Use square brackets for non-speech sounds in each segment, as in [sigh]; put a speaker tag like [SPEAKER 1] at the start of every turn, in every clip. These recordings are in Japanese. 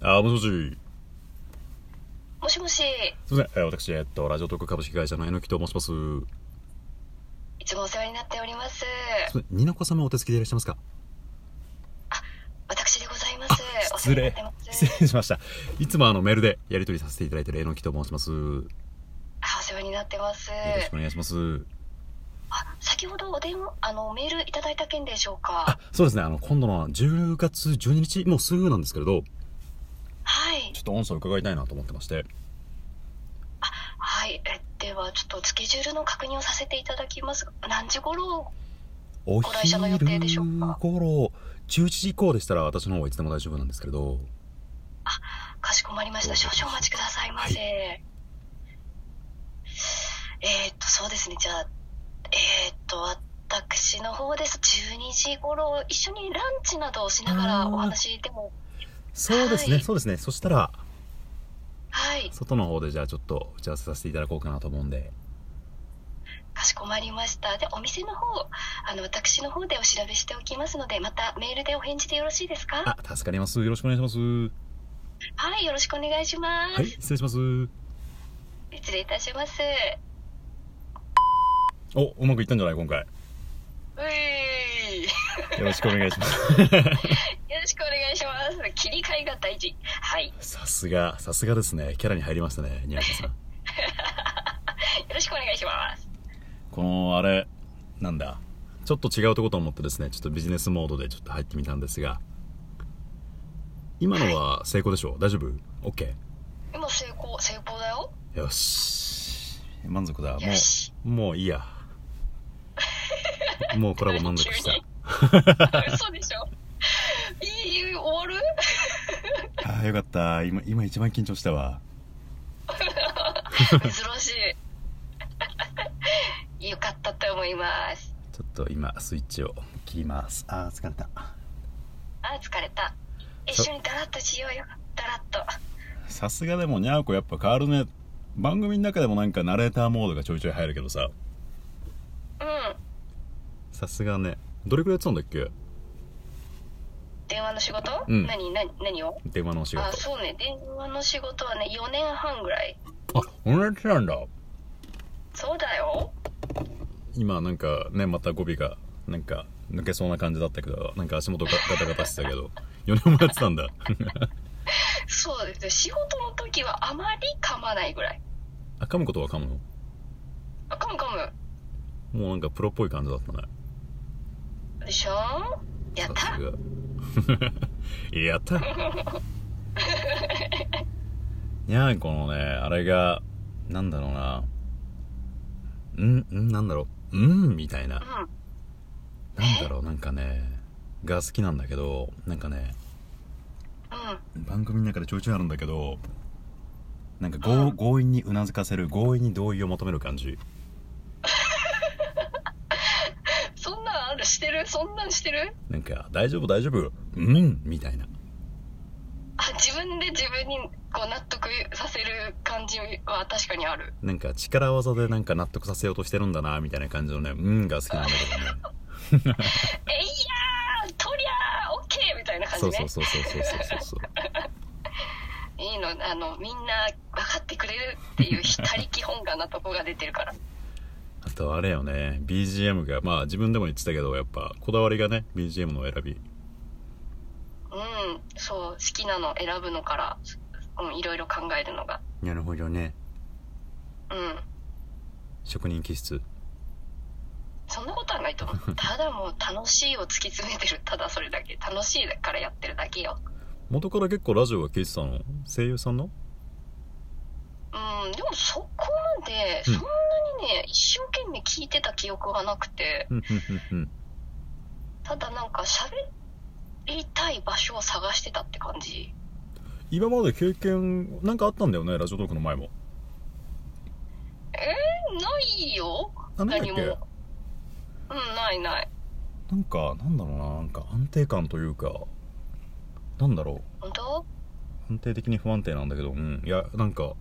[SPEAKER 1] あ、もしもし。
[SPEAKER 2] もしもし、
[SPEAKER 1] すみません。えー私、えっと、ラジオトーク株式会社のえのきと申します。すみ
[SPEAKER 2] いつもお世話になっております。
[SPEAKER 1] ません。になこ様お手つきでいらっしゃいますか
[SPEAKER 2] 私でございます。お
[SPEAKER 1] 失
[SPEAKER 2] 世話にな
[SPEAKER 1] 礼
[SPEAKER 2] ってます。。
[SPEAKER 1] 失礼しました。いつもあの、メールでやり取りさせていただいているえのきと申します。よ
[SPEAKER 2] あ、お世話になってます。
[SPEAKER 1] ろしくお願いします。
[SPEAKER 2] あ、先ほどお電話、あの、メールいただいた件でしょう
[SPEAKER 1] あ
[SPEAKER 2] か。、
[SPEAKER 1] そうですね。あの、今度の10月12日、もうすぐなんですけれど、
[SPEAKER 2] はい
[SPEAKER 1] ちょ。っと音声を伺いたいなと思ってまして。
[SPEAKER 2] はい。えでは、ちょっとスケジュールの確認をさせていただきます。何時頃
[SPEAKER 1] お
[SPEAKER 2] ご来社の予定でしょうか
[SPEAKER 1] 頃、11時以降でしたら私の方はいつでも大丈夫なんですけれど、
[SPEAKER 2] かしこまりました。少々お待ちくださいませ。
[SPEAKER 1] は
[SPEAKER 2] えーっと、そうですね。じゃあ、えーっと、私の方です。12時頃、一緒にランチなどをしながらお話でも、
[SPEAKER 1] そうですね、
[SPEAKER 2] はい
[SPEAKER 1] そうですね。そしたら、
[SPEAKER 2] はい。
[SPEAKER 1] 外の方でじゃあちょっと打ち合わせさせていただこうかなと思うんで。
[SPEAKER 2] かしこまりました。で、お店の方、あの、私の方でお調べしておきますので、またメールでお返事でよろしいですか
[SPEAKER 1] あ、助かります。よろしくお願いします。
[SPEAKER 2] はい、よろしくお願いします。
[SPEAKER 1] はい、失礼します。
[SPEAKER 2] 失礼いたします。
[SPEAKER 1] お、うまくいったんじゃない今回。
[SPEAKER 2] ういよ
[SPEAKER 1] よろしくお願いします。 [laughs]
[SPEAKER 2] ろしくお願いします。切り替えが大事。はい。
[SPEAKER 1] さすが、さすがですね。キャラに入りましたね、にやかさん。
[SPEAKER 2] よろしくお願いします。
[SPEAKER 1] この、あれ、なんだ。ちょっと違うとこと思ってですね、ちょっとビジネスモードでちょっと入ってみたんですが。今のは成功でしょう大丈夫 ?OK。
[SPEAKER 2] 今成功、成功だよ。
[SPEAKER 1] よし。満足だ。も
[SPEAKER 2] よ [laughs] し。
[SPEAKER 1] う、もういいや。もうコラボ満足し
[SPEAKER 2] 急に
[SPEAKER 1] た。
[SPEAKER 2] 嘘でしょ。いい、終わ
[SPEAKER 1] [laughs]
[SPEAKER 2] る
[SPEAKER 1] [laughs] ああ、よかった。今、今一番緊張したわ。
[SPEAKER 2] 珍しい。よ [laughs] かったと思います。
[SPEAKER 1] ちょっと今スイッチを切りますああ疲れた
[SPEAKER 2] あ、疲れた。一緒にダラッとしようよ。ダラッと。
[SPEAKER 1] さすがでもにゃーこやっぱ変わるね番組の中でもなんかナレーターモードがちょいちょい入るけどさ
[SPEAKER 2] うん。
[SPEAKER 1] さすがねどれくらいやってたんだっけ
[SPEAKER 2] 電話の仕事、
[SPEAKER 1] うん
[SPEAKER 2] 何何何を
[SPEAKER 1] 電話のお仕事
[SPEAKER 2] あそうね電話の仕事はね4年半ぐらい
[SPEAKER 1] あ同じなんだ
[SPEAKER 2] そうだよ
[SPEAKER 1] 今なんかねまた語尾がなんか抜けそうな感じだったけどなんか足元がガタガタしてたけど4年もやってたん [laughs] だ
[SPEAKER 2] そうですね仕事の時はあまり噛まないぐらい
[SPEAKER 1] あ噛むことは噛むの
[SPEAKER 2] あ噛む噛む
[SPEAKER 1] もうなんかプロっぽい感じだったね
[SPEAKER 2] でしょやっ
[SPEAKER 1] さ
[SPEAKER 2] た
[SPEAKER 1] すが [laughs] や
[SPEAKER 2] [laughs]
[SPEAKER 1] ったにゃんこのねあれがなんだろうなんんなんだろううんみたいな
[SPEAKER 2] うん
[SPEAKER 1] なんだろうなんかねが好きなんだけどなんかね
[SPEAKER 2] うん
[SPEAKER 1] 番組の中でちょいちょいあるんだけどなんか強強引にうなずかせる強引に同意を求める感じ
[SPEAKER 2] そんなんあるしてるそんなんしてる
[SPEAKER 1] なんか「大丈夫大丈夫うん」みたいな
[SPEAKER 2] あ自分で自分にこう納得させる感じは確かにある
[SPEAKER 1] なんか力技でなんか納得させようとしてるんだなみたいな感じのね「うん」が好きなんだけどね
[SPEAKER 2] えいやーとりゃーオッケーみたいな感じ
[SPEAKER 1] そ
[SPEAKER 2] ね
[SPEAKER 1] うそうそうそうそうそうそうそう
[SPEAKER 2] いいのあのみんな分かってくれるっていう [laughs] 他力本願なとこが出てるから
[SPEAKER 1] あとあれよね BGM がまあ自分でも言ってたけどやっぱこだわりがね BGM の選び
[SPEAKER 2] うん、そう、好きなの選ぶのから、うん、いろいろ考えるのが。
[SPEAKER 1] なるほどね
[SPEAKER 2] うん。
[SPEAKER 1] 職人気質
[SPEAKER 2] そんなことはないと思
[SPEAKER 1] [laughs]
[SPEAKER 2] う。ただもう楽しいを突き詰めてる。ただそれだけ。楽しいからやってるだけよ。
[SPEAKER 1] 元から結構ラジオは聞いてたの声優さんの
[SPEAKER 2] うん、でもそこまで、
[SPEAKER 1] う
[SPEAKER 2] そ
[SPEAKER 1] ん
[SPEAKER 2] んなにね、一生懸命聞いてた記憶がなくて、
[SPEAKER 1] うんうんうんうん
[SPEAKER 2] ただなんか喋りたい場所を探してたって感じ。
[SPEAKER 1] 今まで経験なんかあったんだよねラジオトークの前も
[SPEAKER 2] ないよ。
[SPEAKER 1] あなんだっけ
[SPEAKER 2] 何も。うん、ないない。
[SPEAKER 1] なんかなんだろうななんか安定感というかなんだろ
[SPEAKER 2] 本当
[SPEAKER 1] う安定的に不安定なんだけどうんいやなんか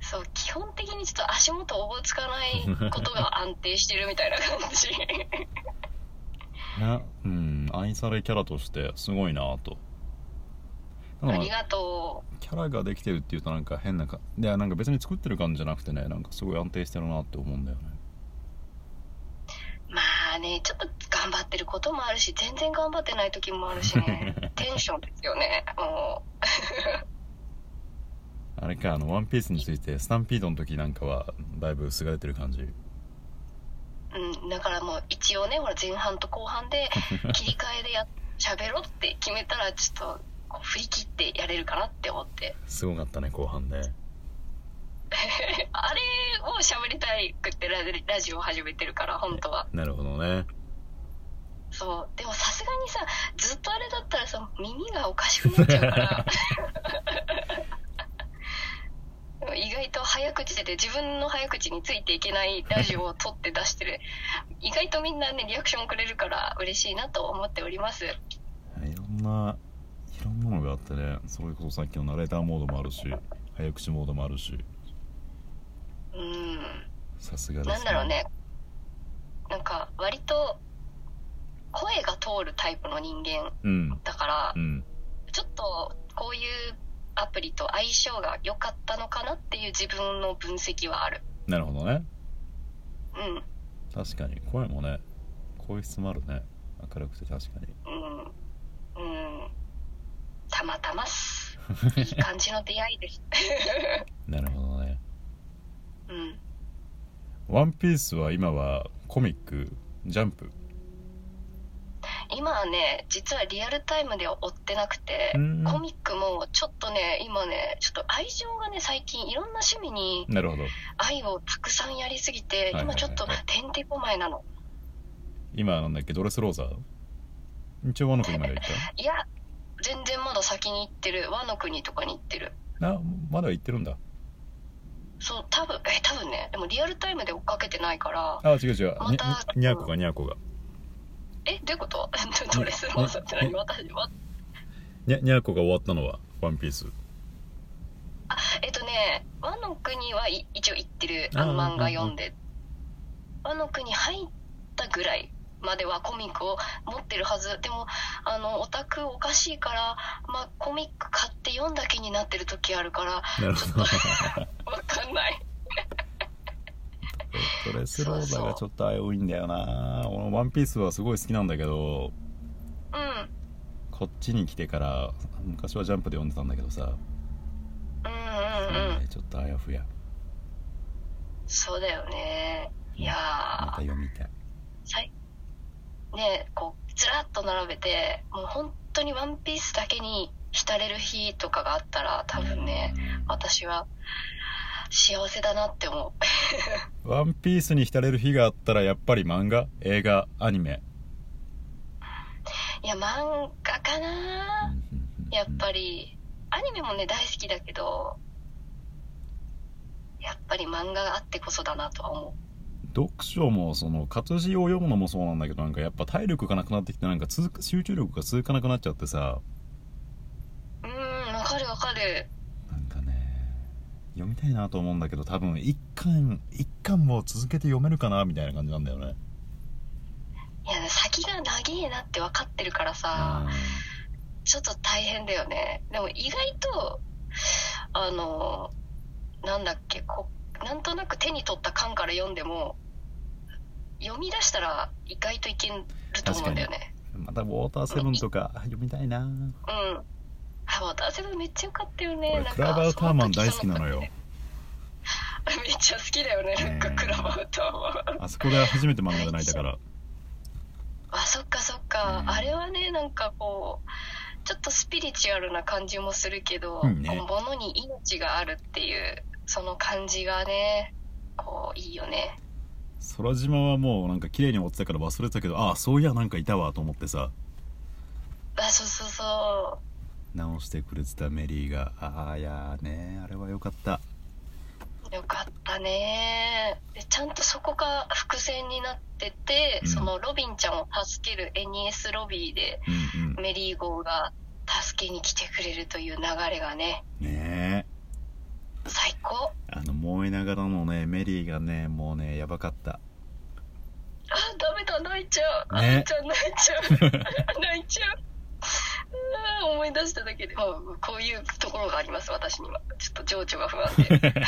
[SPEAKER 2] そう、基本的にちょっと足元おぼつかないことが安定してるみたいな感じ。
[SPEAKER 1] ねうん愛されキャラとしてすごいなぁと
[SPEAKER 2] あ
[SPEAKER 1] なん
[SPEAKER 2] り
[SPEAKER 1] か
[SPEAKER 2] がとう
[SPEAKER 1] キャラができてるっていうとなんか変なかいやなんか別に作ってる感じじゃなくてねなんかすごい安定してるなって思うんだよね
[SPEAKER 2] まあねちょっと頑張ってることもあるし全然頑張ってない時もあるしねテンションですよねも
[SPEAKER 1] あれかあの「ワンピースについてスタンピードの時なんかはだいぶ薄がれてる感じ
[SPEAKER 2] う、うん、だからもう一応ねほら前半と後半で切り替えでや喋ろうって決めたらちょっとこう振り切ってやれるかなって思って [laughs]
[SPEAKER 1] すごかったね後半ね
[SPEAKER 2] あれを喋りたいくってラジラジオを始めてるから本当は
[SPEAKER 1] なるほどね
[SPEAKER 2] そうでもさすがにさずっとあれだったらさ耳がおかしくなっちゃうからでも意外と早口で自分の早口についていけないラジオを撮って出してる意外とみんなねリアクションくれるから嬉しいなと思っております
[SPEAKER 1] いろんないろんなのがあってねそれこそさっきのナレーターモードもあるし早口モードもあるし
[SPEAKER 2] うん
[SPEAKER 1] さすがです
[SPEAKER 2] なんだろうねなんか割と声が通るタイプの人間
[SPEAKER 1] うん
[SPEAKER 2] だから
[SPEAKER 1] うん
[SPEAKER 2] ちょっとこういうアプリと相性が良かったのかなっていう自分の分析はある。
[SPEAKER 1] なるほどね
[SPEAKER 2] うん。
[SPEAKER 1] 確かに声もね声質もあるね明るくて確かに
[SPEAKER 2] うん。うん。たま
[SPEAKER 1] [laughs]
[SPEAKER 2] たます。いい感じの出会いです。
[SPEAKER 1] なるほどね
[SPEAKER 2] うん。
[SPEAKER 1] 「ワンピースは今はコミック「ジャンプ
[SPEAKER 2] 今はね、実はリアルタイムでは追ってなくて、
[SPEAKER 1] うん
[SPEAKER 2] コミックもちょっとね、今ね、ちょっと愛情がね、最近いろんな趣味に」
[SPEAKER 1] なるほど
[SPEAKER 2] 愛をたくさんやりすぎて、
[SPEAKER 1] はいはいはいは
[SPEAKER 2] 今
[SPEAKER 1] い
[SPEAKER 2] ちょっとてんてこまいなの。
[SPEAKER 1] 今なんだっけドレスローザ一応ワノ国まで行っ
[SPEAKER 2] いや、全然まだ先に行ってる。和の国とかに行ってる。
[SPEAKER 1] たあまだ行ってるんだ
[SPEAKER 2] そう多分え多分ねでもリアルタイムで追っかけてないから
[SPEAKER 1] あ違う違う
[SPEAKER 2] また
[SPEAKER 1] ににゃーこがにゃーこが
[SPEAKER 2] えどういうこと [laughs] ドレスローザって何私は
[SPEAKER 1] にゃにゃーこが終わったのは「ワンピース
[SPEAKER 2] あ [laughs] えっとね「和の国はい」一応行ってるあの漫画読んで「和の国」入ったぐらいまではコミックを持ってるはずでもあのオタクおかしいから、まあ、コミック買って読んだ気になってる時あるから
[SPEAKER 1] なるほど
[SPEAKER 2] わかんない
[SPEAKER 1] ドレスローザがちょっと危ういんだよな俺ワンピースはすごい好きなんだけど
[SPEAKER 2] うん
[SPEAKER 1] こっちに来てから昔はジャンプで読んでたんだけどさ、
[SPEAKER 2] うんうんうん
[SPEAKER 1] ねちょっとあやふや
[SPEAKER 2] そうだよねいやー
[SPEAKER 1] また読みたい
[SPEAKER 2] 最ねえこうずらっと並べてもう本当に「ワンピースだけに浸れる日とかがあったら多分ね私は幸せだなって思う
[SPEAKER 1] ワンピースに浸れる日があったらやっぱり漫画映画アニメ
[SPEAKER 2] いや漫画かなやっぱりアニメもね大好きだけどやっぱり漫画があってこそだなとは思
[SPEAKER 1] 読書もその活字を読むのもそうなんだけどなんかやっぱ体力がなくなってきてなんか続く集中力が続かなくなっちゃってさ
[SPEAKER 2] ううーんわかるわかる
[SPEAKER 1] なんかね読みたいなと思うんだけど多分一巻一巻も続けて読めるかなみたいな感じなんだよね
[SPEAKER 2] いやね先が長えなって分かってるからさ、ちょっと大変だよね。でも意外と、あの、なんだっけ、こなんとなく手に取った感から読んでも、読み出したら意外といけると思うんだよね。
[SPEAKER 1] うんまたウォーターセブンとか読みたいな
[SPEAKER 2] うん。あ、ワターセブンめっちゃ良かったよね。
[SPEAKER 1] 俺
[SPEAKER 2] なん
[SPEAKER 1] クラ
[SPEAKER 2] か
[SPEAKER 1] バーターマン大好きなの。
[SPEAKER 2] そ
[SPEAKER 1] よ
[SPEAKER 2] 時そ時めっちゃ好きだ [laughs] よね、なんか
[SPEAKER 1] うん
[SPEAKER 2] クラバーターマン。
[SPEAKER 1] あそこで初めて漫画で泣いたから
[SPEAKER 2] あそっかそっか、
[SPEAKER 1] うん
[SPEAKER 2] あれはねなんかこうちょっとスピリチュアルな感じもするけど、
[SPEAKER 1] うんね
[SPEAKER 2] こう物に命があるっていうその感じがねこういいよね
[SPEAKER 1] 空島はもうなんか綺麗に落ちたから忘れてたけどああそういやなんかいたわと思ってさ
[SPEAKER 2] あそうそうそ
[SPEAKER 1] 直してくれてたメリーがああいやーねあれは良かった
[SPEAKER 2] うよかったねでちゃんとそこが伏線になってて、
[SPEAKER 1] うん
[SPEAKER 2] そのロビンちゃんを助けるエニエスロビーで
[SPEAKER 1] うんうん
[SPEAKER 2] メリーゴーが助けに来てくれるという流れがね
[SPEAKER 1] ねえ
[SPEAKER 2] 最高
[SPEAKER 1] あの燃えながらのねメリーがねもうねやばかった
[SPEAKER 2] あダメだゃう泣いちゃう、
[SPEAKER 1] ね
[SPEAKER 2] 泣いちゃう泣いちゃ
[SPEAKER 1] [laughs]
[SPEAKER 2] う泣いちゃううわー思い出しただけでもうこういうところがあります私にはちょっと情緒が不安で
[SPEAKER 1] [laughs]
[SPEAKER 2] [laughs]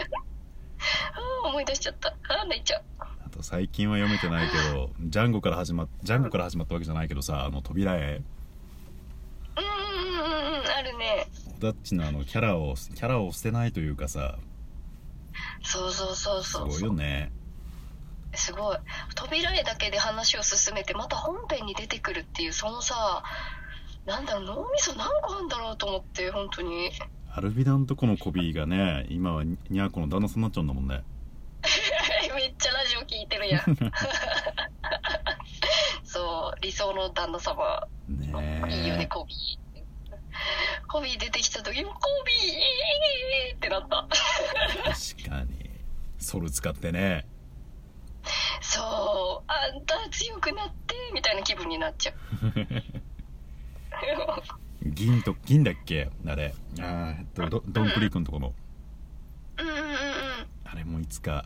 [SPEAKER 2] あー思い出しちゃったあー泣いちゃう
[SPEAKER 1] あと最近は読めてないけどジャンゴから始まっジャンゴから始まったわけじゃないけどさあの扉絵
[SPEAKER 2] うんうんうんうんうんあるね
[SPEAKER 1] ダッチのあのキャラをキャラを捨てないというかさ
[SPEAKER 2] そうそうそう
[SPEAKER 1] す
[SPEAKER 2] そ
[SPEAKER 1] ご
[SPEAKER 2] う
[SPEAKER 1] いよね
[SPEAKER 2] すごい扉絵だけで話を進めてまた本編に出てくるっていうそのさなんだろう脳みそ何個あるんだろうと思って本当に
[SPEAKER 1] アルビダんとこのコビーがね今はニャーコの旦那さんになっちゃうんだもんね
[SPEAKER 2] [laughs] めっちゃラジオ聞いてるやんそう理想の旦那様いいよね
[SPEAKER 1] ね
[SPEAKER 2] コビーコビー出てきた時もコビーってなった
[SPEAKER 1] え確かにソル使ってね
[SPEAKER 2] そうあんた強くなってみたいな気分になっちゃう
[SPEAKER 1] 銀と銀だっけあれあーえっとどドンプリ君とこの
[SPEAKER 2] うんうんうんうん
[SPEAKER 1] あれもいつか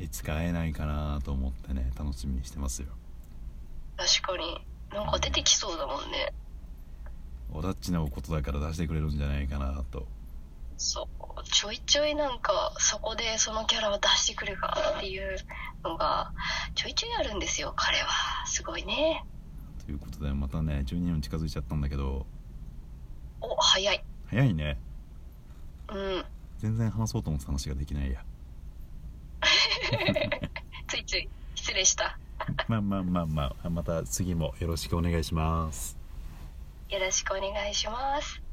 [SPEAKER 1] いつか会えないかなと思ってね楽しみにしてますよ
[SPEAKER 2] 確かになんか出てきそうだもんね
[SPEAKER 1] おだっちのことだから出してくれるんじゃないかなと
[SPEAKER 2] そうちょいちょいなんかそこでそのキャラを出してくるかっていうのがちょいちょいあるんですよ彼はすごいね
[SPEAKER 1] ということでまたね12分近づいちゃったんだけど
[SPEAKER 2] お早い
[SPEAKER 1] 早いね
[SPEAKER 2] うん
[SPEAKER 1] 全然話そうと思ってた話ができないや
[SPEAKER 2] ついつい失礼した
[SPEAKER 1] まあまあまあまあまた次もよろしくお願いします
[SPEAKER 2] よろしくお願いします